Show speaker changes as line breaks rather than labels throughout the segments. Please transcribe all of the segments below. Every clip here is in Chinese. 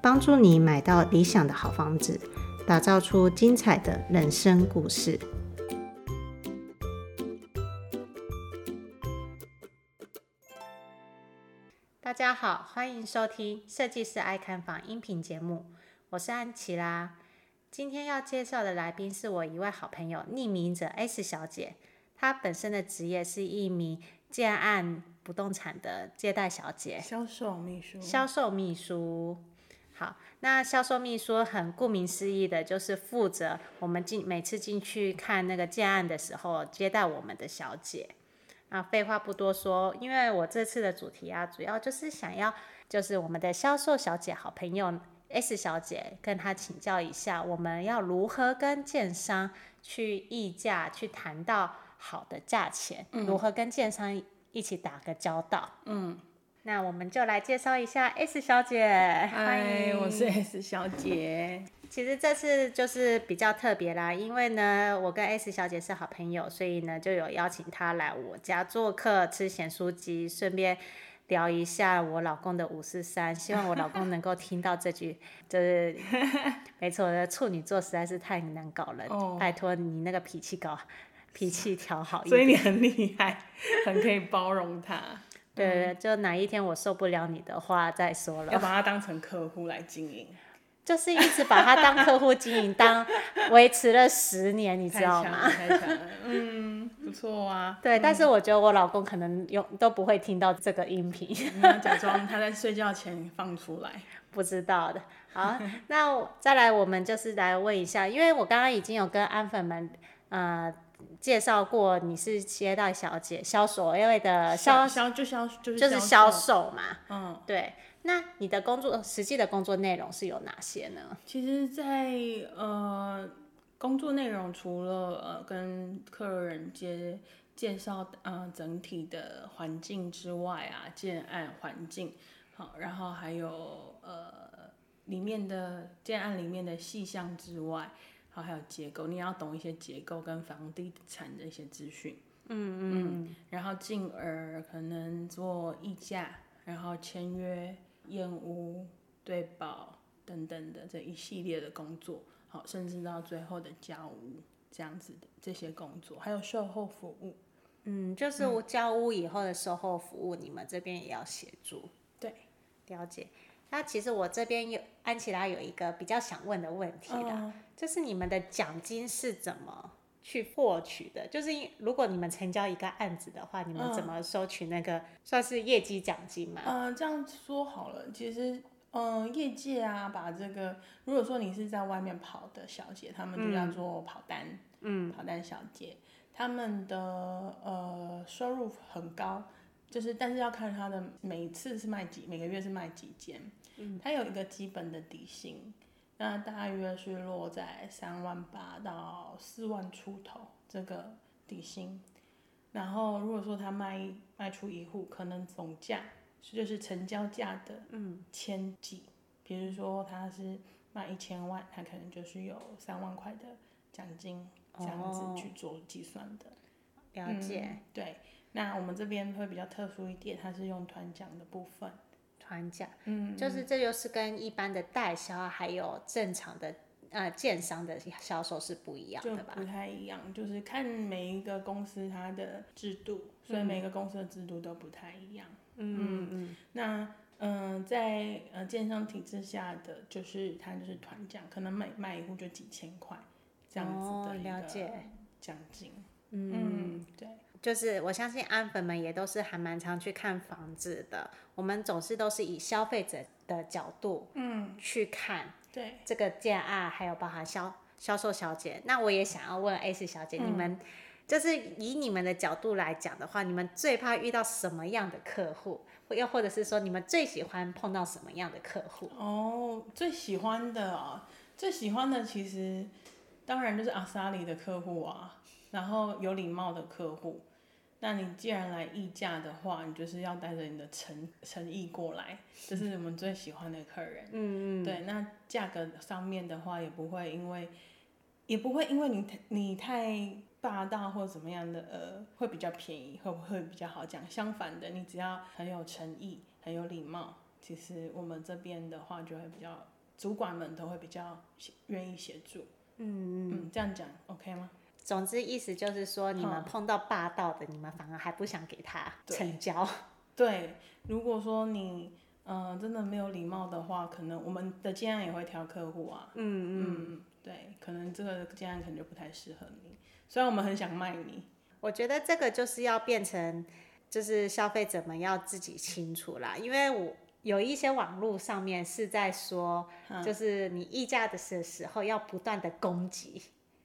帮助你买到理想的好房子，打造出精彩的人生故事。大家好，欢迎收听《设计师爱看房》音频节目，我是安琪拉。今天要介绍的来宾是我一位好朋友，匿名者 S 小姐。她本身的职业是一名建案不动产的接待小姐、
销售秘书，
销售秘书。好，那销售秘书很顾名思义的，就是负责我们进每次进去看那个建案的时候接待我们的小姐。啊，废话不多说，因为我这次的主题啊，主要就是想要，就是我们的销售小姐好朋友 S 小姐跟她请教一下，我们要如何跟建商去议价，去谈到好的价钱，如何跟建商一起打个交道。
嗯，
那我们就来介绍一下 S 小姐，欢
嗨，
迎，
哎我是 S 小姐，
其实这次就是比较特别啦，因为呢，我跟 S 小姐是好朋友，所以呢就有邀请她来我家做客，吃咸酥鸡，顺便聊一下我老公的五四三。希望我老公 能够听到这句，就是没错，处女座实在是太难搞了，
哦
拜托你那个脾气搞，脾气调好一
所以
点。
你很厉害， 很可以包 容他，
对对对，就哪一天我受不了你的话再说了
嗯要。把他当成客户来经营，
就是一直把他当客户经营， 当维持了十年，你
太
知道
强
吗？
了，太 强了，嗯，不错啊，
对，但是我觉得我老公可能用都不会听到这个音频，
你要假装他在睡觉前放出来，
不知道的。 好，那我再来，我们就是来问一下，因为我刚刚已经有跟安粉们呃介绍过，你是接待小姐、销售因为的呃销
销就销就是
就是销，售嘛，
嗯，
对。那你的工作实际的工作内容是有哪些呢？
其实在，呃工作内容除了呃跟客人接介绍呃整体的环境之外啊，建案环境好，然后还有呃里面的建案里面的细项之外，好还有结构，你也要懂一些结构跟房地产的一些资讯，嗯嗯，然后进而可能做议价，然后签约、验屋、对保等等的这一系列的工作，好，甚至到最后的交屋这样子的这些工作，还有售后服务。
嗯，就是我交屋以后的售后服务，你们这边也要协助。
对，
了解。那其实我这边有安琪拉有一个比较想问的问题啦，
嗯
就是你们的奖金是怎么去获取的？就是因如果你们成交一个案子的话，你们怎
嗯
么收取那个、算是业绩奖金嘛？
呃，这样说好了，其实，嗯、业界啊，把这个，如果说你是在外面跑的小姐，他们就叫做跑单，嗯，跑单小姐，他们的呃收入很高，就是但是要看他的每一次是卖几，每个月是卖几间，嗯，它有一个基本的底薪，那大约是落在三万八到四万出头这个底薪。然后，如果说他卖卖出一户，可能总价这就是成交价的嗯千几，比如说他是卖一千万，他可能就是有三万块的奖金这样子
哦
去做计算的。
了解，
嗯对，那我们这边会比较特殊一点，它是用团奖的部分。
团奖，
嗯，
就是这就是跟一般的代销还有正常的呃建商的销售是不一样
就
的吧？
不太一样，就是看每一个公司它的制度，所以每个公司的制度都不太一样。
嗯嗯，
那嗯、呃在呃建商体制下的，就是它就是团奖，可能每卖一户就几千块这样子
哦
的一
了解
个奖金。嗯，对，
就是我相信安粉们也都是还蛮常去看房子的，我们总是都是以消费者的角度
嗯，
去看
对，
这个建案，还有包含销销售小姐。那我也想要问 S 小姐，你
嗯
们就是以你们的角度来讲的话，你们最怕遇到什么样的客户，或又或者是说你们最喜欢碰到什么样的客户？
哦，最喜欢的哦，最喜欢的其实当然就是阿萨里的客户啊，然后有礼貌的客户。那你既然来议价的话，你就是要带着你的诚诚意过来，这是我们最喜欢的客人。
嗯嗯，
对，那价格上面的话，也不会因为，也不会因为你太你太霸道或怎么样的，呃，会比较便宜，会不会比较好讲？相反的，你只要很有诚意，很有礼貌，其实我们这边的话就会比较，主管们都会比较协愿意协助。嗯嗯，这样讲 OK 吗？
总之意思就是说，你们碰到霸道的，你们反而还不想给他
对
成交。
对，如果说你嗯、呃真的没有礼貌的话，可能我们的接案也会挑客户啊。
嗯嗯，
嗯，对，可能这个接案可能就不太适合你。虽然我们很想卖你，
我觉得这个就是要变成，就是消费者们要自己清楚啦，因为我。有一些网络上面是在说，就是你议价的时时候要不断的攻击，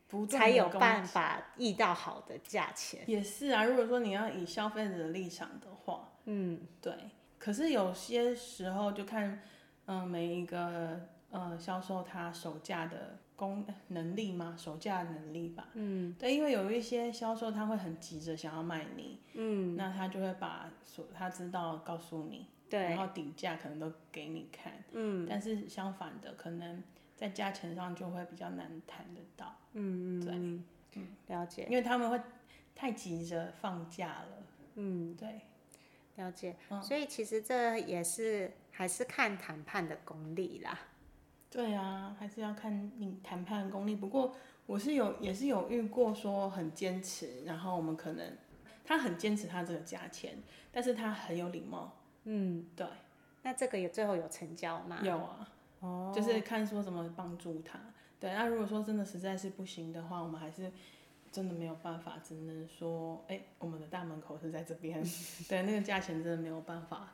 不断
才
地
有
攻
办
击。
法议到好的价钱。
也是啊，如果说你要以消费者的立场的话，
嗯，
对。可是有些时候就看，嗯、每一个呃销售他手价的功能力嘛，手价能力吧。嗯，对，因为有一些销售他会很急着想要卖你，嗯，那他就会把所他知道告诉你，然
对，
后底价可能都给你看，嗯，但是相反的，可能在价钱上就会比较难谈得到，嗯对，
了解
因为他们会太急着放假了，嗯，对，
了解。
嗯
所以其实这也是还是看谈判的功力啦。
对啊，还是要看你谈判功力。不过我是有也是有遇过说很坚持，然后我们可能他很坚持他这个价钱，但是他很有礼貌，嗯，对，
那这个有最后有成交吗？
有啊，
哦，
就是看说怎么帮助他。对，那如果说真的实在是不行的话，我们还是真的没有办法，只能说，哎、我们的大门口是在这边，对，那个价钱真的没有办法。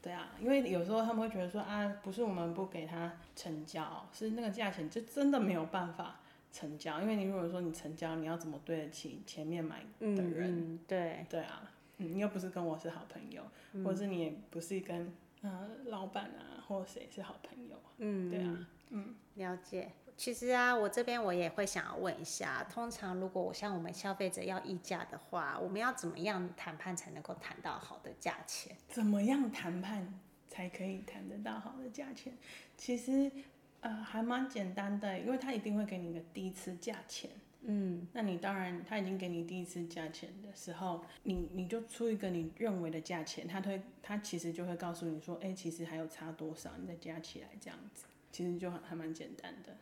对啊，因为有时候他们会觉得说啊，不是我们不给他成交，是那个价钱就真的没有办法成交。因为你如果说你成交，你要怎么对得起前面买的
嗯
人？
嗯，对，
对啊，嗯，你又不是跟我是好朋友，或者是你也不是跟呃老板啊或谁是好朋友啊，
嗯，
对啊。
了解。其实啊，我这边我也会想要问一下，通常如果我像我们消费者要议价的话，我们要怎么样谈判才能够谈到好的价钱？
怎么样谈判才可以谈得到好的价钱？其实，呃，还蛮简单的，因为他一定会给你一个第一次价钱。嗯，那你当然他已经给你第一次价钱的时候，你你就出一个你认为的价钱，他推他其实就会告诉你说，哎、其实还有差多少，你再加起来这样子，其实就还还蛮简单的。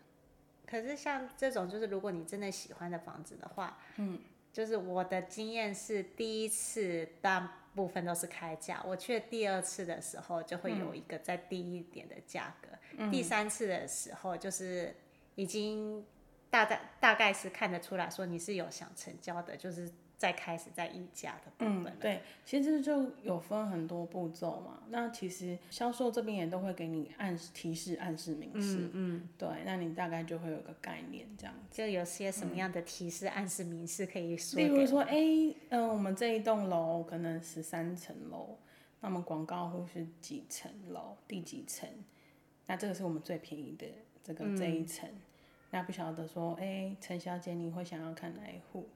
可是像这种，就是如果你真的喜欢的房子的话，嗯，就是我的经验是第一次大部分都是开价，我去第二次的时候就会有一个再低一点的价格，
嗯
第三次的时候就是已经大概大概是看得出来说你是有想成交的，就是再开始再议价的部分
嗯
了。，
对，其实就有分很多步骤嘛。那其实销售这边也都会给你暗示、提示、暗示、明示。嗯对，那你大概就会有个概念这样。
就有些什么样的提示、暗示、明示可以说
例如
给
说，哎、嗯、我们这一栋楼可能十三层楼，那么广告户是几层楼，第几层？那这个是我们最便宜的这个、这一层。那不晓得说，哎、陈小姐，你会想要看哪一户？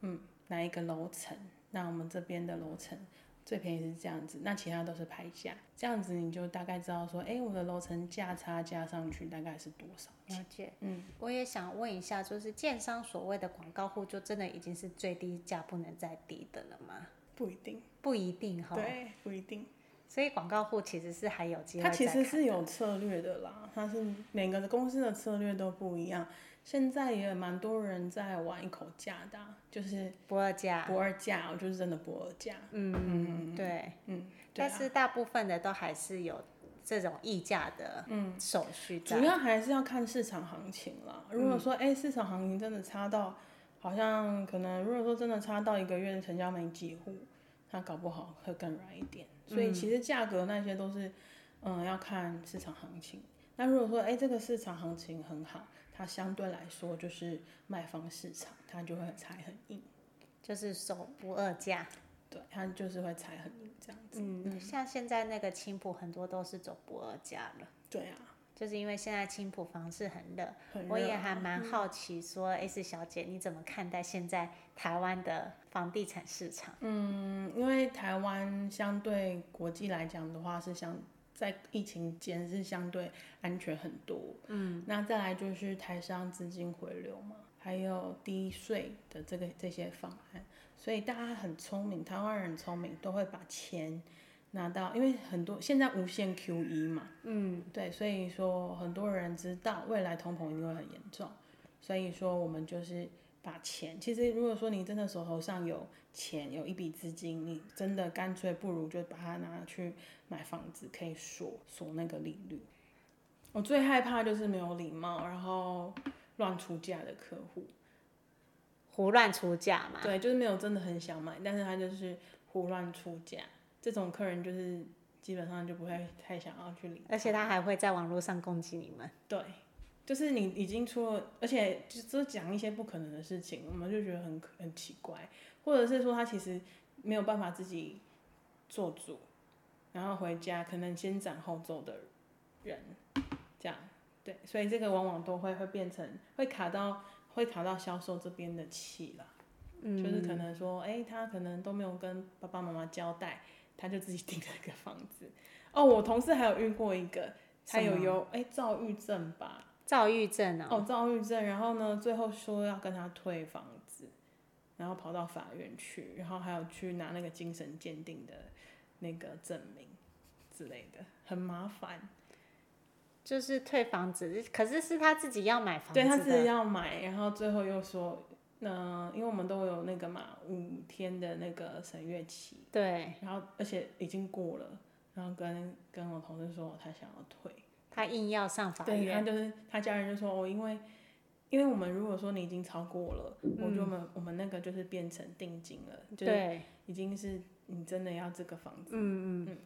嗯，哪一个楼层？那我们这边的楼层最便宜是这样子，那其他都是拍价，这样子你就大概知道说，哎、我的楼层价差加上去大概是多少钱？
了解，
嗯，
我也想问一下，就是建商所谓的广告户，就真的已经是最低价不能再低的了吗？
不一定，
不一定哈，
对，不一定。
所以广告户其实是还有机会
它
再
其实
砍
是有策略的啦，它是每个公司的策略都不一样。现在也蛮多人在玩一口价的啊、就是
不二价，
不二价，我就是真的不二价。
嗯，对，
嗯，对
但
啊，
是大部分的都还是有这种议价的
嗯
手续在
主，要还是要看市场行情啦。如
嗯
果说哎、诶市场行情真的差到，好像可能如果说真的差到一个月成交没几户，那搞不好会更软一点。所以
嗯
其实价格那些都是，嗯，要看市场行情。那如果说哎、诶这个市场行情很好，它相对来说就是卖方市场，它就会踩很硬，
就是手不二价。
对，它就是会踩
嗯
很硬这样子。嗯
嗯，像现在那个青浦很多都是走不二价了，
对啊，
就是因为现在青浦房市很热，
很
我
热啊嗯
也还蛮好奇说 S 小姐你怎么看待现在台湾的房地产市场？
嗯，因为台湾相对国际来讲的话，是相在疫情间是相对安全很多。嗯，那再来就是台商资金回流嘛，还有低税的这个这些方案，所以大家很聪明，台湾人很聪明，都会把钱拿到，因为很多现在无限 QE 嘛，嗯，对，所以说很多人知道未来通膨一定会很严重，所以说我们就是把钱，其实如果说你真的手头上有钱，有一笔资金，你真的干脆不如就把它拿去买房子，可以锁锁那个利率。我最害怕就是没有礼貌，然后乱出价的客户，
胡乱出价嘛，
对，就是没有真的很想买，但是他就是胡乱出价，这种客人就是基本上就不会太想要去理他，
而且他还会在网络上攻击你们。
对，就是你已经出了，而且就就讲一些不可能的事情，我们就觉得很可很奇怪，或者是说他其实没有办法自己做主，然后回家可能先斩后奏的人，这样对，所以这个往往都会会变成会卡到会卡到销售这边的气啦。
嗯
就是可能说，哎、他可能都没有跟爸爸妈妈交代，他就自己订了一个房子。哦，我同事还有遇过一个，他有
什么
有哎、躁郁症吧，
躁郁症哦，
哦，躁郁症，然后呢，最后说要跟他退房子，然后跑到法院去，然后还有去拿那个精神鉴定的那个证明之类的，很麻烦。
就是退房子，可是是他自己要买房子
对
的，
他自己要买，然后最后又说，那、因为我们都有那个嘛五天的那个审阅期，
对
然后而且已经过了，然后跟跟我同事说他想要退，
他硬要上法
对，他
院，
就是他家人就说哦，因为因为我们如果说你已经超过了，我就我们我们那个就是变成定金了，就是
嗯对，
已经是你真的要这个房子，嗯嗯，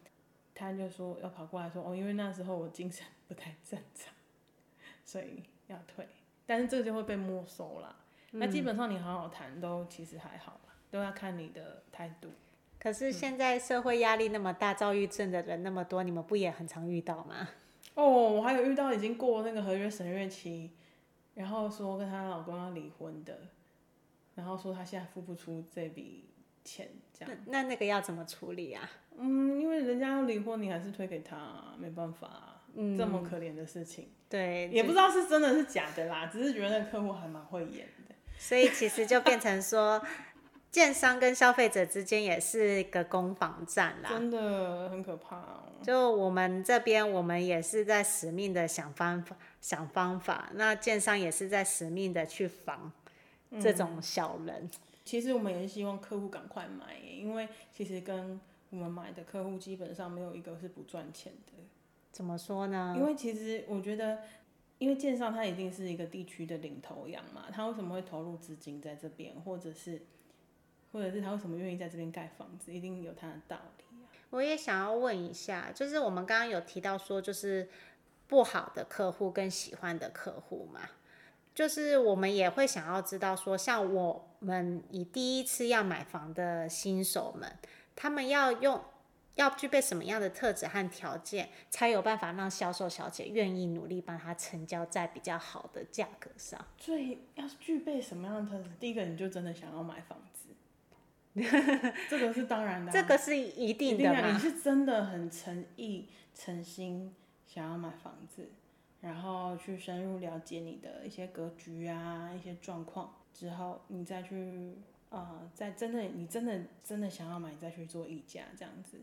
他就说要跑过来说哦，因为那时候我精神不太正常，所以要退，但是这个就会被没收啦。那
嗯
基本上你好好谈都其实还好啦，都要看你的态度。
可
嗯
是现在社会压力那么大，躁郁症的人那么多，你们不也很常遇到吗？
哦，我还有遇到已经过那个合约审阅期，然后说跟她老公要离婚的，然后说她现在付不出这笔钱，这
那
样。
那那个要怎么处理啊？
嗯，因为人家要离婚，你还是推给他啊、没办法啊、
嗯
这么可怜的事情，
对，
也不知道是真的是假的啦，只是觉得那个客户还蛮会演的。
所以其实就变成说，建商跟消费者之间也是一个攻防战啦。
真的很可怕哦。
就我们这边，我们也是在使命的想方法，想方法。那建商也是在使命的去防
嗯
这种小人。
其实我们也是希望客户赶快买耶，因为其实跟我们买的客户基本上没有一个是不赚钱的。
怎么说呢？
因为其实我觉得，因为建商它一定是一个地区的领头羊嘛，它为什么会投入资金在这边，或者是，或者是它为什么愿意在这边盖房子，一定有它的道理啊。
我也想要问一下，就是我们刚刚有提到说，就是不好的客户跟喜欢的客户嘛，就是我们也会想要知道说，像我们以第一次要买房的新手们，他们要用要具备什么样的特质和条件，才有办法让销售小姐愿意努力帮他成交在比较好的价格上？
最要是具备什么样的特质？第一个，你就真的想要买房子， 这个是当然的啊、
这个是一
一
定的
啊你
嘛？
是真的很诚意、诚心想要买房子，然后去深入了解你的一些格局啊、一些状况之后，你再去呃，再真的你真的真的想要买，你再去做议价这样子，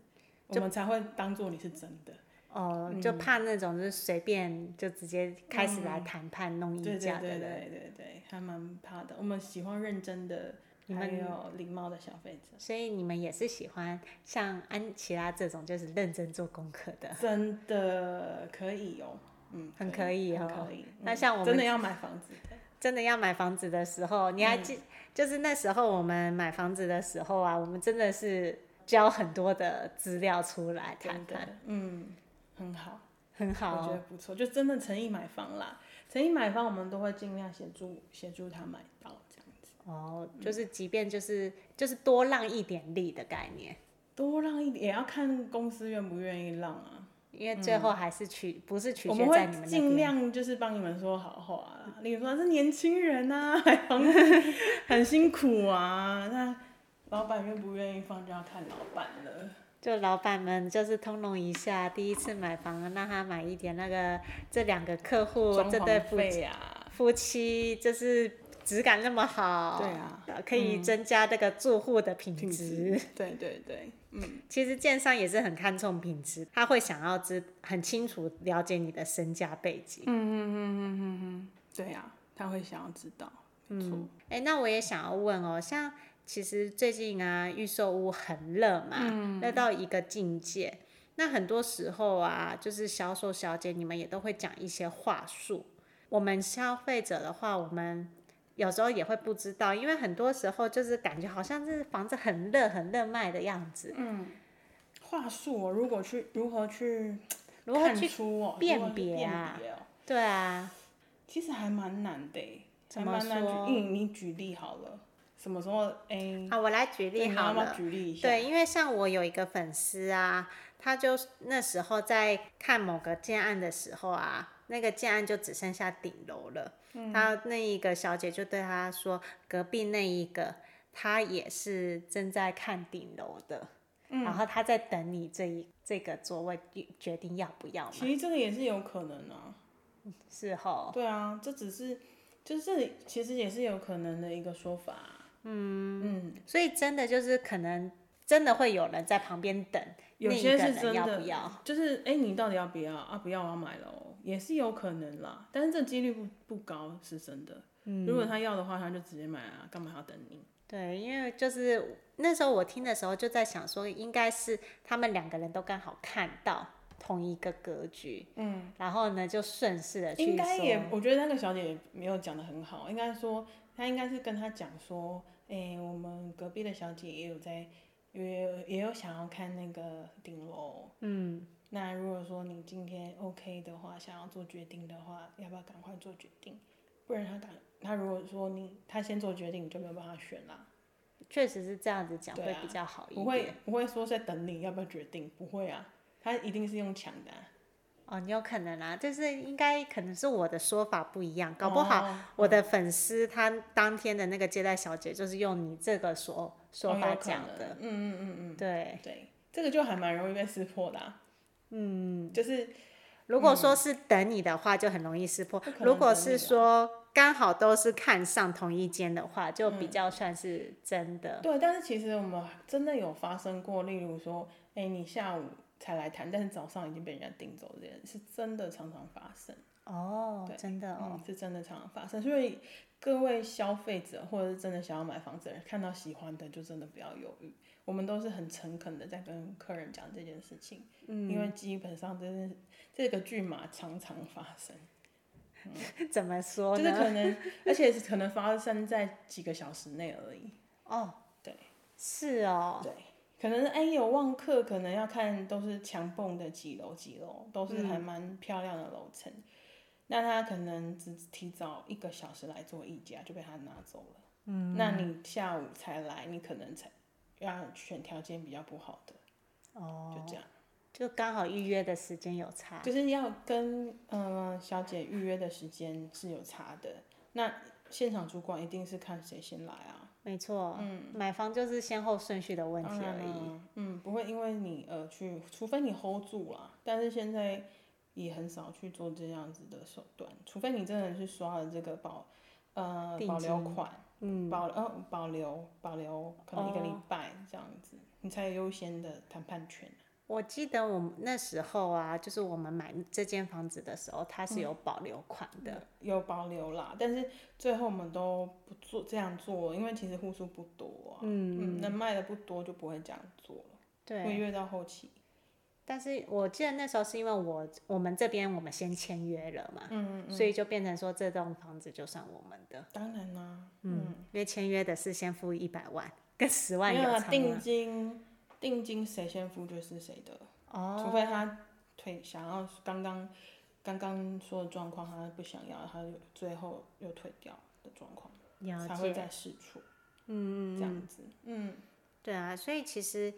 我们才会当做你是真的。
哦，就
嗯
怕那种就是随便就直接开始来谈判弄
嗯对
议
对
价
对
的
对
人。
对对，还蛮怕的。我们喜欢认真的，
你
还
们
有礼貌的消费 者。
所以你们也是喜欢像安琪拉这种就是认真做功课的。
真的可以哦，嗯，
很可以
很
哦
可以。
那
嗯
像我们
真的要买房子的，
真的要买房子的时候，你还
嗯
记、就是那时候我们买房子的时候啊，我们真的是交很多的资料出来谈
真的
谈，，
嗯，很好，
很好
我觉得
哦。
不错，就真的诚意买房啦，诚意买房我们都会尽量协助协助他买到这样子，
哦，
嗯
就是即便就是就是多让一点力的概念。
多让一点也要看公司愿不愿意让啊，
因为最后还是取、不是取
我
决
们
在你
会
们
尽
那边。
量就是帮你们说好话啊，例如说是年轻人啊， 买房子很辛苦啊，那老板愿不愿意放就要看老板了。
就老板们就是通融一下，第一次买房让他买一点那个，这两个客户
装
这对
潢
夫
费啊，
夫妻就是质感那么好，
对啊，
可以增加这个住户的品质。
品质，对对对，嗯，
其实建商也是很看重品质，他会想要知很清楚了解你的身家背景。
对啊，他会想要知道，没错，
哎、那我也想要问哦，像其实最近啊，预售屋很热嘛，
嗯
热、到一个境界。那很多时候啊，就是销售小姐你们也都会讲一些话术。我们消费者的话，我们有时候也会不知道，因为很多时候就是感觉好像是房子很热很热卖的样子，
嗯话术哦，如果去如何去
如何
看
去
出哦，
辨
如何去
别
辨
啊
别哦
对啊，
其实还蛮难的欸，
怎
还
么
蛮难举。
说
嗯，你举例好了，什么时候？哎，
好，我来举
对
例
你
好
要不要
了。
举例一下。
对，因为像我有一个粉丝啊，他就那时候在看某个建案的时候啊，那个建案就只剩下顶楼了。
嗯
他那一个小姐就对他说，隔壁那一个他也是正在看顶楼的，
嗯
然后他在等你这一这个座位决决定要不要嘛。
其实这个也是有可能啊。
事后
对啊，这只是，就是这其实也是有可能的一个说法啊。嗯嗯，
所以真的就是可能真的会有人在旁边等，
有
那一
些
个
是
人
真
要
的，
不要
就是哎，你到底要不要啊？不要，我要买了哦，也是有可能啦。但是这几率不不高，是真的。如果他要的话，他就直接买啊，干嘛还要等你？
对，因为就是那时候我听的时候就在想说，应该是他们两个人都刚好看到同一个格局，嗯，然后呢就顺势的去
应该也
说，
我觉得那个小姐也没有讲的很好，应该说她应该是跟她讲说，哎、我们隔壁的小姐也有在，也也有想要看那个顶楼，
嗯，
那如果说你今天 OK 的话，想要做决定的话，要不要赶快做决定？不然她赶，她如果说你她先做决定，你就没有办法选啦，
确实是这样子讲
对
会
啊
比较好一
不
点。
会不会说在等你要不要决定，不会啊，她一定是用抢的啊、
哦，你有可能啊，就是应该可能是我的说法不一样，搞不好
哦
我的粉丝他当天的那个接待小姐就是用你这个说说
哦
法
有可
讲
能
的，
嗯嗯嗯嗯。
对。
对，这个就还蛮容易被识破的、啊。嗯，就是
如果说是等你的话，就很容易识破
嗯不可；能
如果
等你
是
啊
说刚好都是看上同一间的话，就
嗯
比较算是真的。
对，但是其实我们真的有发生过，例如说，哎，你下午才来谈，但是早上已经被人家订走，这件事是真的常常发生，
哦，
对
真的哦，
嗯，是真的常常发生。所以各位消费者或者是真的想要买房子的人，看到喜欢的就真的不要犹豫。我们都是很诚恳的在跟客人讲这件事情，
嗯
嗯因为基本上这是这个剧码常常发生。
怎么说
就是
呢？
可能，而且是可能发生在几个小时内而已。
哦，
对
是哦，
对，可能哎有望客，可能要看都是强蹦的几楼几楼，都是还蛮漂亮的楼层。
嗯
那他可能只提早一个小时来做议价，就被他拿走了。嗯，那你下午才来，你可能才要选条件比较不好的，
哦，啊
就这样。
就刚好预约的时间有差。
就是要跟呃小姐预约的时间是有差的。那现场主管一定是看谁先来啊。
没错，买房就是先后顺序的问题
嗯当然
而
啦
已。
嗯，不会因为你呃去，除非你 hold 住啦，但是现在也很少去做这样子的手段，除非你真的去刷了这个保呃
定
保留
金
款，
嗯，
保呃保留保留可能一个礼
哦
拜这样子，你才有优先的谈判权。
我记得我们那时候啊，就是我们买这间房子的时候，它
嗯
是有保留款的。
有保留啦，但是最后我们都不做这样做，因为其实户数不多啊，嗯，能卖的不多就不会这样做了，
对，
会越到后期。
但是我记得那时候是因为我我们这边我们先签约了嘛，啊
嗯
所以就变成说这栋房子就算我们的，
当然啦、
嗯，因为签约的是先付一百万，跟十万
没有
有
啊
差
定
吗？
金，定金谁先付就是谁的，除
哦，
非他退想要刚刚刚刚说的状况，他不想要，他有最后又退掉的状况，
了
才会
解，嗯
再试出，嗯，这样子，嗯，
对啊，所以其实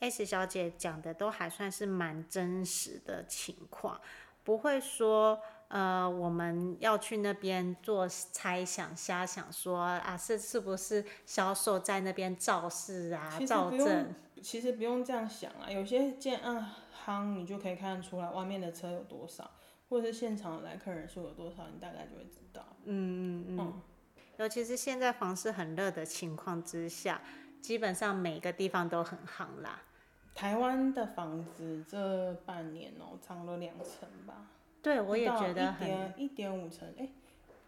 S 小姐讲的都还算是蛮真实的情况，不会说呃我们要去那边做猜想、瞎想说啊是是不是销售在那边造势啊
其实
造
不用
证，
其实不用这样想啊，有些建案夯你就可以看得出来外面的车有多少，或者是现场来客人数有多少，你大概就会知道。
嗯嗯嗯，尤其是现在房市很热的情况之下，基本上每个地方都很夯啦。
台湾的房子这半年哦、涨了两成吧，
对，我也
到
觉得
哦一
很
点一点五成，哎、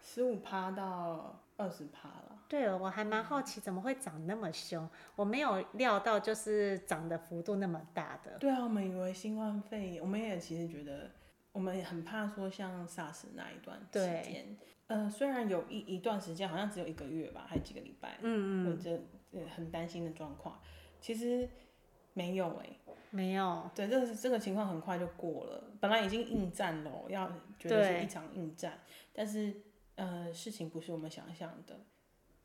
十五趴到二十趴了。
对了，我还蛮好奇怎么会长那么凶，我没有料到就是长的幅度那么大的。
对啊，我们以为新冠肺炎，我们也其实觉得，我们也很怕说像 SARS 那一段期
对
间，呃，虽然有一一段时间好像只有一个月吧，还几个礼拜，
嗯
我这呃很担心的状况，其实没有哎、
没有，
对，这个这个情况很快就过了，本来已经应战了，哦要觉得
对
是一场应战，但是呃，事情不是我们想象的，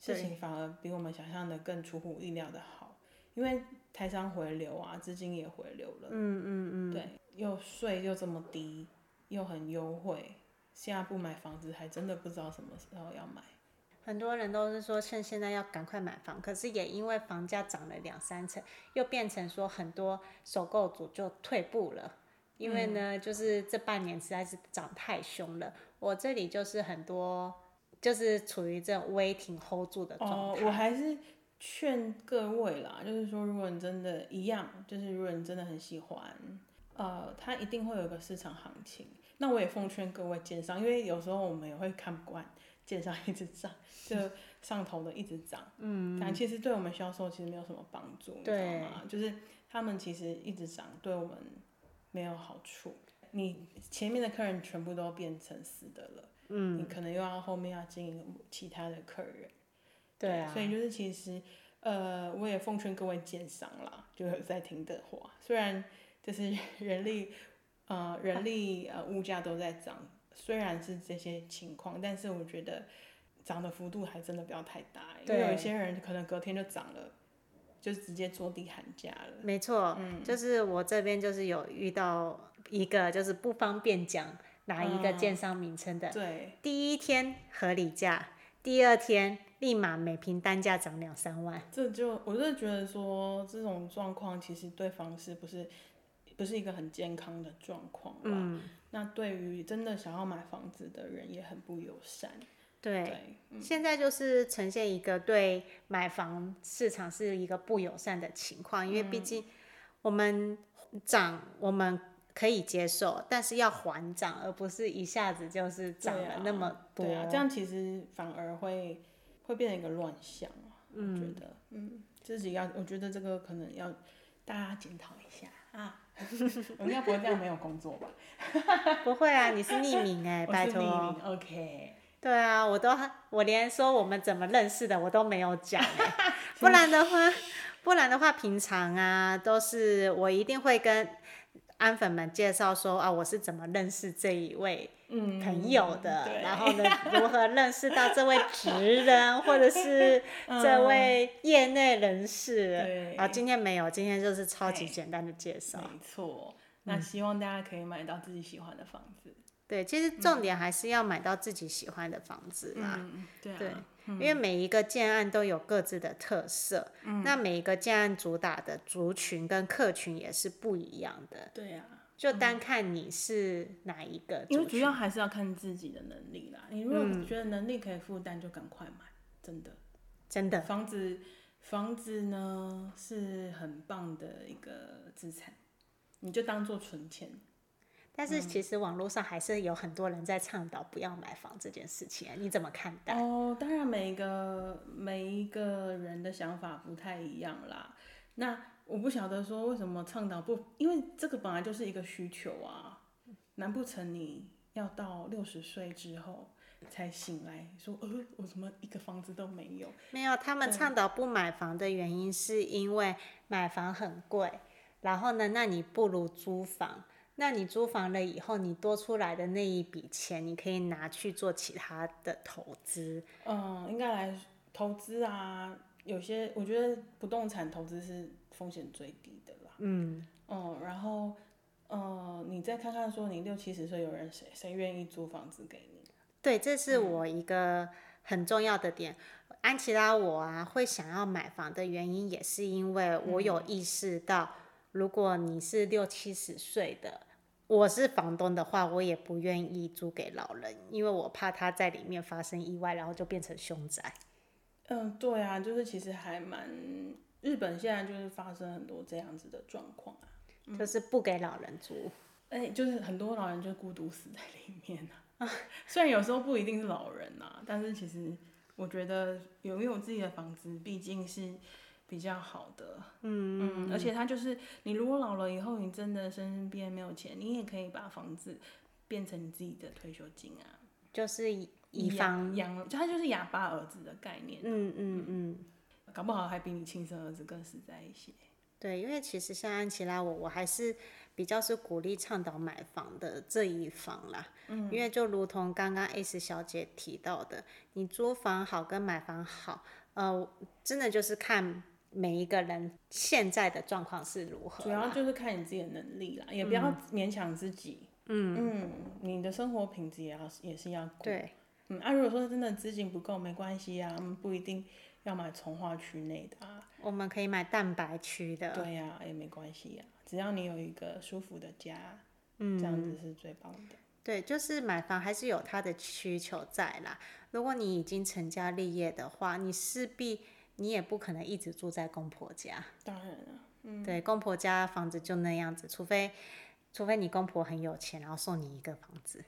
对
事情反而比我们想象的更出乎意料的好，因为台商回流啊，资金也回流了，
嗯嗯嗯，
对，又税又这么低，又很优惠，现在不买房子还真的不知道什么时候要买。
很多人都是说趁现在要赶快买房，可是也因为房价涨了两三成，又变成说很多首购族就退步了。因为呢，
嗯
就是这半年实在是涨太凶了，我这里就是很多就是处于这种 waiting hold 住的状
哦，
态。
我还是劝各位啦，就是说，如果你真的一样，就是如果你真的很喜欢，呃，它一定会有一个市场行情。那我也奉劝各位建商，因为有时候我们也会看不惯建商一直涨，就上头的一直涨，嗯，但其实对我们销售其实没有什么帮助，你知道
对
吗？就是他们其实一直涨，对我们没有好处。你前面的客人全部都变成死的了，嗯，你可能又要后面要经营其他的客人。
对啊
所，以就是其实，呃，我也奉劝各位建商啦，就是在听的话，虽然就是 人力，呃，人力呃物价都在涨，虽然是这些情况，但是我觉得涨的幅度还真的不要太大，欸因为有
对
一些人可能隔天就涨了，就直接坐地喊价了。
没错，
嗯
就是我这边就是有遇到一个就是不方便讲哪一
哦
个建商名称的，
对，
第一天合理价，第二天立马每平单价涨两三万。
这就我是觉得说这种状况其实对房市不是不是一个很健康的状况啦。
嗯
那对于真的想要买房子的人也很不友善。
对，
对，嗯
现在就是呈现一个对买房市场是一个不友善的情况，因为
嗯
毕竟我们涨我们可以接受，但是要缓涨，而不是一下子就是涨
对啊
了那么多。
对啊，这样其实反而会会变成一个乱象啊。我觉得，嗯，自己要，我觉得这个可能要大家检讨一下啊。 我应该不会这样没有工作吧？
不会啊，你是匿名 哎、
我
拜
是匿
托。
名，OK。
对啊，我都我连说我们怎么认识的我都没有讲欸、 不然的话，不然的话，平常啊都是我一定会跟安粉们介绍说啊，我是怎么认识这一位
嗯，
朋友的，
对
然后呢，如何认识到这位职人或者 是这位业内人士
嗯对。
啊，今天没有，今天就是超级
对
简单的介绍。
没错。
嗯
那希望大家可以买到自己喜欢的房子。
对，其实重点还是要买到自己喜欢的房子啦。
嗯，对啊，
对，因为每一个建案都有各自的特色，
嗯
那每一个建案主打的族群跟客群也是不一样的，
对啊，
就单看你是哪一个
因
族
为主
群。嗯
要还是要看自己的能力啦。你如果觉得能力可以负担，就赶快买，真的。
真的，
房子，房子呢是很棒的一个资产，你就当做存钱。
但是
嗯
其实网络上还是有很多人在倡导不要买房这件事情，啊你怎么看待？
哦，当然每一个每一个人的想法不太一样啦。那我不晓得说为什么倡导不，因为这个本来就是一个需求啊，难不成你要到六十岁之后才醒来说，呃，我怎么一个房子都没有？
没有，他们倡导不买房的原因是因为买房很贵，然后呢，那你不如租房。那你租房了以后，你多出来的那一笔钱，你可以拿去做其他的投资。
嗯，应该来投资啊，有些我觉得不动产投资是风险最低的啦。
嗯，
嗯，然后，呃，你再看看说你六七十岁有人谁谁愿意租房子给你？
对，这是我一个很重要的点。安琪拉，我啊会想要买房的原因，也是因为我有意识到，如果你是六七十岁的，我是房东的话，我也不愿意租给老人，因为我怕他在里面发生意外，然后就变成凶宅。
嗯，对啊，就是其实还蛮日本现在就是发生很多这样子的状况啊，
就是不给老人租。
哎、就是很多老人就孤独死在里面啊。 虽然有时候不一定是老人啊，但是其实我觉得拥有自己的房子毕竟是比较好的。嗯嗯，而且它就是你如果老了以后，你真的身边没有钱，你也可以把房子变成你自己的退休金啊，
就是以以
养
防，
养，就它就是哑巴儿子的概念，
嗯嗯嗯，
搞不好还比你亲生儿子更实在一些。
对，因为其实像安琪拉我，我还是比较是鼓励倡导买房的这一方啦，嗯，因为就如同刚刚 S 小姐提到的，你租房好跟买房好，呃，真的就是看每一个人现在的状况是如何啦，嗯
主要就是看你自己的能力啦，也不要勉强自己。嗯你的生活品质也要也是要顾。
对
嗯，啊，如果说真的资金不够，没关系啊，我们不一定要买从化区内的啊，
我们可以买蛋白区的，
对呀、也没关系呀、只要你有一个舒服的家，嗯，这样子是最棒的。
对，就是买房还是有它的需求在啦。如果你已经成家立业的话，你势必你也不可能一直住在公婆家。
当然了，嗯，
对，公婆家房子就那样子，除非除非你公婆很有钱，然后送你一个房子，
嗯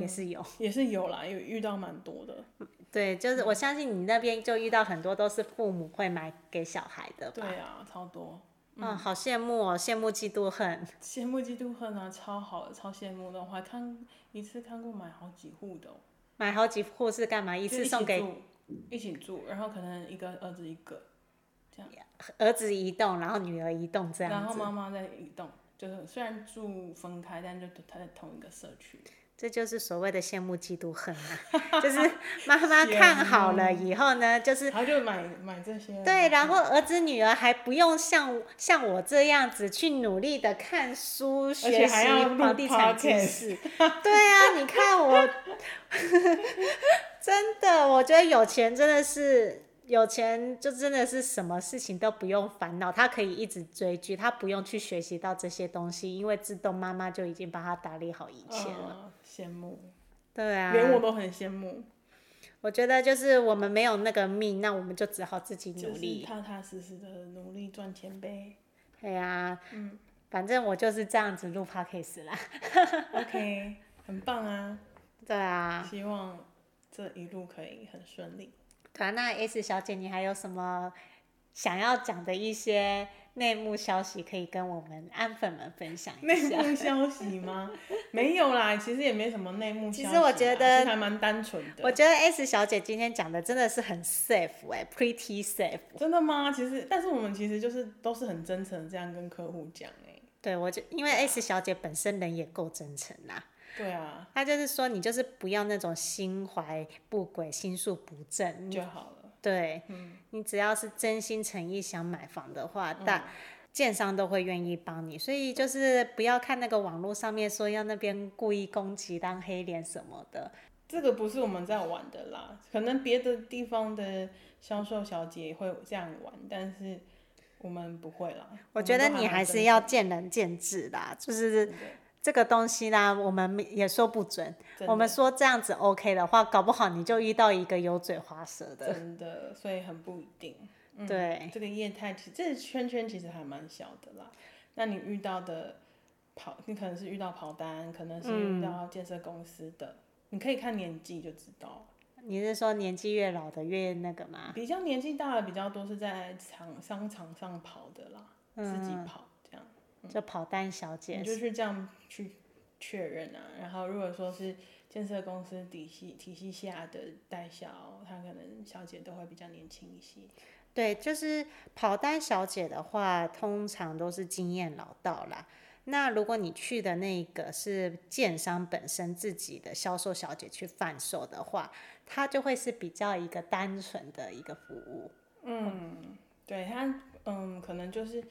也是有。
也是有啦，有遇到蛮多的。
对，就是
嗯
我相信你那边就遇到很多都是父母会买给小孩的吧。
对啊，超多，
嗯，好羡慕哦，羡慕嫉妒恨。
羡慕嫉妒恨啊，超好的，超羡慕的。我还看一次看过买好几户的哦、
买好几户是干嘛？一
就
次送给
住一起住，然后可能一个儿子一个，
儿子一栋，然后女儿一栋哦这
然
样
后
子。
妈妈在移动，就是虽然住分开，但就他在同一个社区。
这就是所谓的羡慕嫉妒恨啊， 就是妈妈看好了以后呢，就是
然后就买买这些，
对，然后儿子女儿还不用像像我这样子去努力的看书
且
学习
还要录
房地产知识，对啊，你看我， 真的，我觉得有钱真的是。有钱就真的是什么事情都不用烦恼，他可以一直追剧，他不用去学习到这些东西，因为自动妈妈就已经帮他打理好一切了。
嗯羡慕，
对啊，
连我都很羡慕，
我觉得就是我们没有那个命，那我们就只好自己
就
努
是
力。
踏踏实实的努力赚钱呗。
对呀、
嗯
反正我就是这样子录 podcast 啦。
，OK，很棒啊，
对 啊，
希望这一路可以很 顺利。
对啊。那 S 小姐，你还有什么想要讲的一些内幕消息，可以跟我们安粉们分享一
内
下？
幕消息吗？没有啦，其实也没什么内幕消息
其
啦。
实我觉得
其实还蛮单纯的。
我觉得 S 小姐今天讲的真的是很 safe 哎、p r e t t y safe。
真的吗？其实，但是我们其实就是都是很真诚地这样跟客户讲哎、
对，我就因为 S 小姐本身人也够真诚啦、
对啊，
她就是说你就是不要那种心怀不轨、心术不正，你
就好了。
对，
嗯
你只要是真心诚意想买房的话，但建商都会愿意帮你。所以就是不要看那个网络上面说要那边故意攻击、当黑脸什么的。
这个不是我们在玩的啦，可能别的地方的销售小姐会这样玩，但是我们不会啦。
我觉得
们都
你
还
还
蛮
是
真
要见仁见智啦，就是
诚的
这个东西啦，我们也说不准。
真
我们
的
说这样子 OK 的话，搞不好你就遇到一个油嘴滑舌的。
真的，所以很不一定。
对，
这个业态其实这个圈圈其实还蛮小的啦。那你遇到的跑，你可能是遇到跑单，可能是遇
嗯
到建设公司的，你可以看年纪就知道了。
你是说年纪越老的越那个吗？
比较年纪大的比较多是在场商场上跑的啦，自
嗯
己跑这样，
就跑单小姐
嗯你就去这样去确认啊。然后如果说是建设公司体系体系下的代销，他可能小姐都会比较年轻一些。
对，就是跑单小姐的话，通常都是经验老道啦。那如果你去的那个是建商本身自己的销售小姐去贩售的话，它就会是比较一个单纯的一个服务。
嗯，对他，嗯，可能就是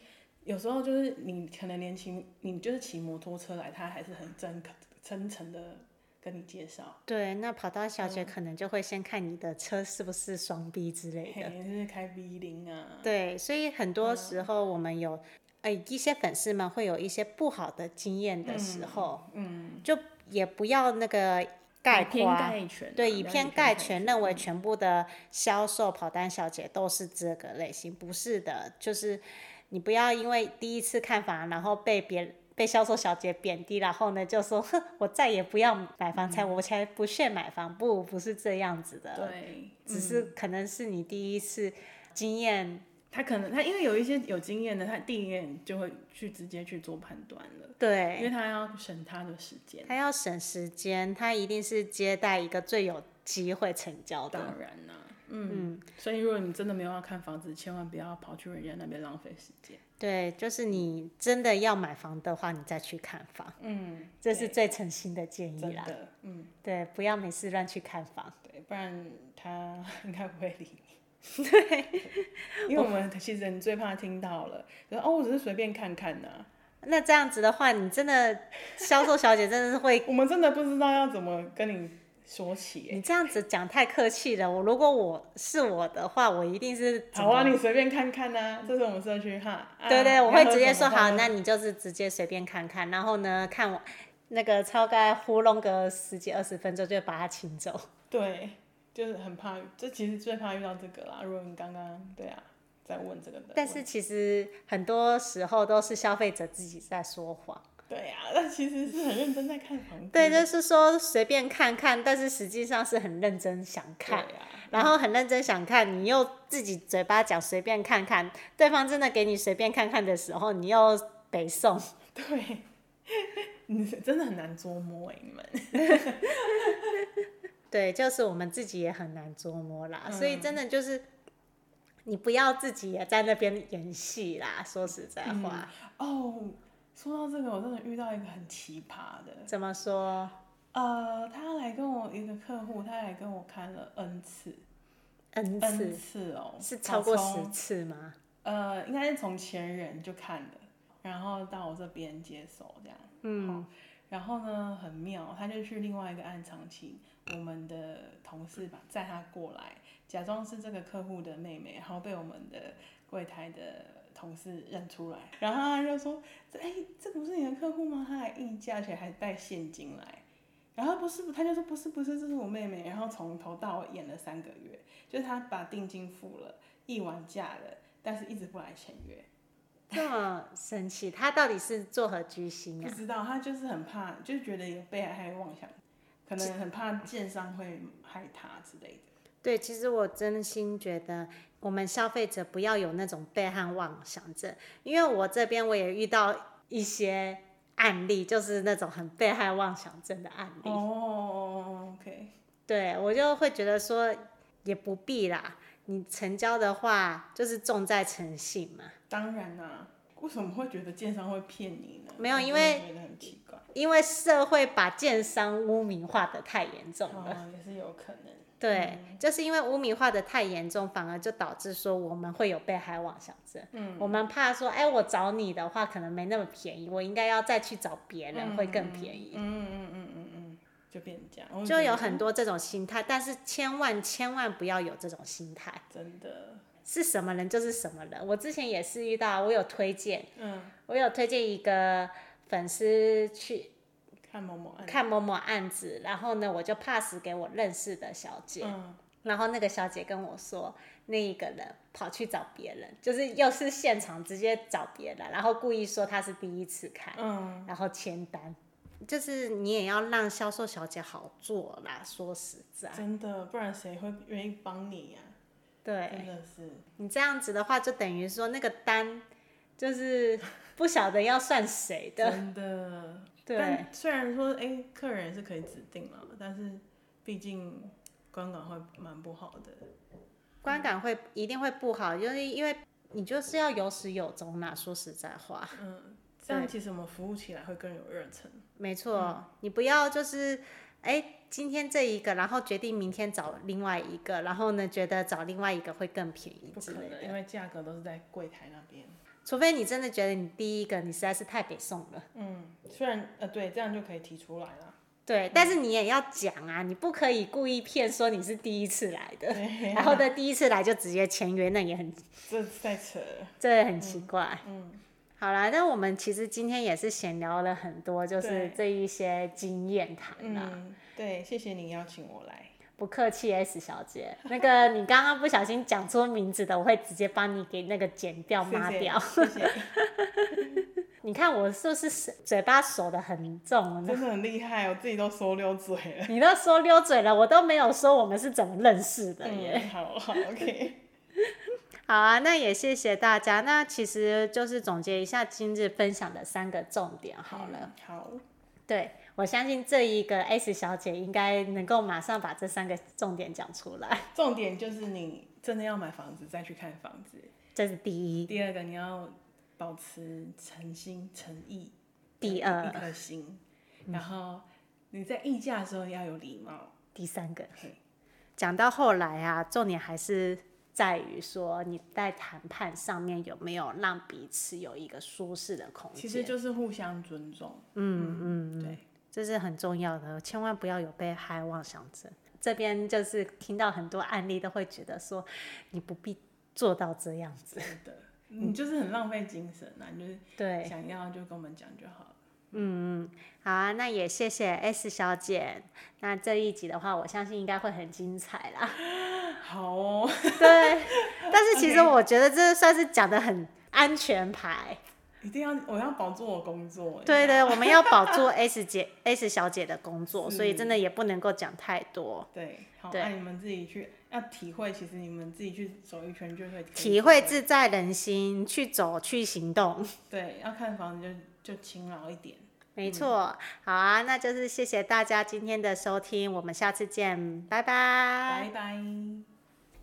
有时候就是你可能连骑你就是骑摩托车来，他还是很真真诚的跟你介绍，
对，那跑到小姐可能就会先看你的车是不是双 B 之类的。
嘿，就是开 V 零啊，
对，所以很多时候我们有，呃，一些粉丝们会有一些不好的经验的时候，嗯，就也不要那个概
以偏
括，
概全啊、
对，
了
以
解
偏概
概
全，认
嗯
为全部的销售跑单小姐都是这个类型，不是的，就是你不要因为第一次看房，然后被别被销售小姐贬低，然后呢就说哼，我再也不要买房才，我才不屑买房，不，不是这样子的，
嗯对，嗯
只是可能是你第一次经验
他可能他因为有一些有经验的，他第一眼就会去直接去做判断了，因
对，
为他要省他的时间。
他要省时间，他一定是接待一个最有机会成交的。
当然啦、嗯，所以如果你真的没有要看房子，千万不要跑去人家那边浪费时间。
对，就是你真的要买房的话，你再去看房，
嗯，
这是最诚心的建
真
议啦。
的，嗯，
对，不要没事乱去看房。
对，不然他应该不会理你。 对，因为我们其实人最怕听到了，就说哦，我只是随便看看呐、
那这样子的话，你真的销售小姐真的是 会，
我们真的不知道要怎么跟你说起、欸。
你这样子讲太客气了。我如果我是我的话，我一定是怎
好啊，
么
你随便看看呐、这是我们社区哈。啊
对对，我会直接说好，。
你要什么
那你就是直接随便看看，然后呢，看我那个超概糊弄个十几二十分钟就把他请走。
对，就是很怕，这其实最怕遇到这个啦。如果你刚刚对啊，在问这个的问题，
但是其实很多时候都是消费者自己在说谎，
对呀、那其实是很认真在看房子。
对，就是说随便看看，但是实际上是很认真想看，
对呀、啊
然后很认真想看，你又自己嘴巴讲随便看看，对方真的给你随便看看的时候，你又北宋。
对， 你真的很难捉摸哎、你们。
对，就是我们自己也很难捉摸啦，所以真的就是你不要自己也在那边演戏啦。说实在话，
哦，说到这个，我真的遇到一个很奇葩的，
怎么说？
呃，他来跟我一个客户，他来跟我看了 n 次
n
，n
次
次哦，
是
好
超过
从
十次吗？
呃，应该是从前人就看的，然后到我这边接手这样。嗯，然后呢，很妙，他就去另外一个暗场请我们的同事吧载他过来，假装是这个客户的妹妹，然后被我们的柜台的同事认出来，然后他就说：“哎、这不是你的客户吗？”他还硬价，而且还带现金来。然后不是，他就说不是不是，这是我妹妹。然后从头到尾演了三个月，就是他把定金付了，议完价了，但是一直不来签约，
这么生气，他到底是作何居心
不
啊？
知道他就是很怕，就是觉得有被害妄想，可能很怕建商会害他之类的。
对，其实我真心觉得，我们消费者不要有那种被害妄想症，因为我这边我也遇到一些案例，就是那种很被害妄想症的案例。
哦，OK，
对我就会觉得说也不必啦，你成交的话就是重在诚信嘛，
当然啦、为什么会觉得建商会骗你呢？
没有
我真的
因为
觉得很奇怪。
因为社会把建商污名化的太严重了。
哦，也是有可能。
对，就是因为污名化的太严重，反而就导致说我们会有被害妄想症。嗯，我们怕说，哎，我找你的话可能没那么便宜，我应该要再去找别人会更便宜。
嗯嗯嗯嗯嗯，就变这样，我
就
觉
有
得
很多这种心态，但是千万千万不要有这种心态。
真的，
是什么人就是什么人。我之前也是遇到，我有推荐，
嗯，
我有推荐一个粉丝去
看某某案，
看某某案子，然后呢，我就 pass 给我认识的小姐，
嗯，
然后那个小姐跟我说，那一个人跑去找别人，就是又是现场直接找别人，然后故意说他是第一次看，
嗯，
然后签单。就是你也要让销售小姐好做啦，说实在，
真的，不然谁会愿意帮你呀、
对，
真的是，
你这样子的话，就等于说那个单就是不晓得要算谁的。
真的。
对
但虽然说，哎、客人是可以指定了，但是毕竟观感会蛮不好的。
观感会一定会不好，就是因为你就是要有始有终啦。说实在话，
嗯，这样其实我们服务起来会更有热忱。
没错，
嗯
你不要就是哎、今天这一个，然后决定明天找另外一个，然后呢觉得找另外一个会更便宜
不
之
可
类
能，因
的。
为价格都是在柜台那边。
除非你真的觉得你第一个你实在是太北宋了，
嗯，虽然呃对，这样就可以提出来了。
对，但是你也要讲啊，你不可以故意骗说你是第一次来的，
对
然后呢第一次来就直接签约，那也很
这太扯了。
这很奇怪。
嗯，
好啦，那我们其实今天也是闲聊了很多，就是
对
这一些经验谈啦。
嗯，对，谢谢你邀请我来。
不客气，S 小姐，那个你刚刚不小心讲错名字的，我会直接帮你给那个剪掉、抹
谢谢
掉。
谢 谢，
你看我是不是嘴巴守得很重呢？
真的很厉害，我自己都收溜嘴 了。
你都说溜嘴了，我都没有说我们是怎么认识的耶。
嗯，好好，OK，
好啊，那也谢谢大家。那其实就是总结一下今日分享的三个重点 好了。
嗯，好，
对我相信这一个 S 小姐应该能够马上把这三个重点讲出来，
重点就是你真的要买房子再去看房子。
这是第一。
第二个，你要保持诚心诚意，
第二嗯
一颗心，然后你在议价的时候要有礼貌。
第三个
嘿，
讲到后来啊，重点还是在于说你在谈判上面有没有让彼此有一个舒适的空间。
其实就是互相尊重。
嗯嗯，
对，
这是很重要的，千万不要有被害妄想症。这边就是听到很多案例，都会觉得说你不必做到这样子。
真的，你就是很浪费精神啊！你就是
对，
想要就跟我们讲就好了。
好啊，那也谢谢 S 小姐。那这一集的话，我相信应该会很精彩啦。
好哦，
对，但是其实我觉得这算是讲的很安全牌。
一定要我要保住我工作。
对
的，
对，我们要保住 S 姐 S 小姐的工作，
是
所以真的也不能够讲太多。
对，好，
对
那你们自己去要体会，其实你们自己去走一圈就会
体会。自在人心，去走，去行动。
对，要看房子就就勤劳一点。
没错，好啊，那就是谢谢大家今天的收听，我们下次见，拜拜。
拜拜。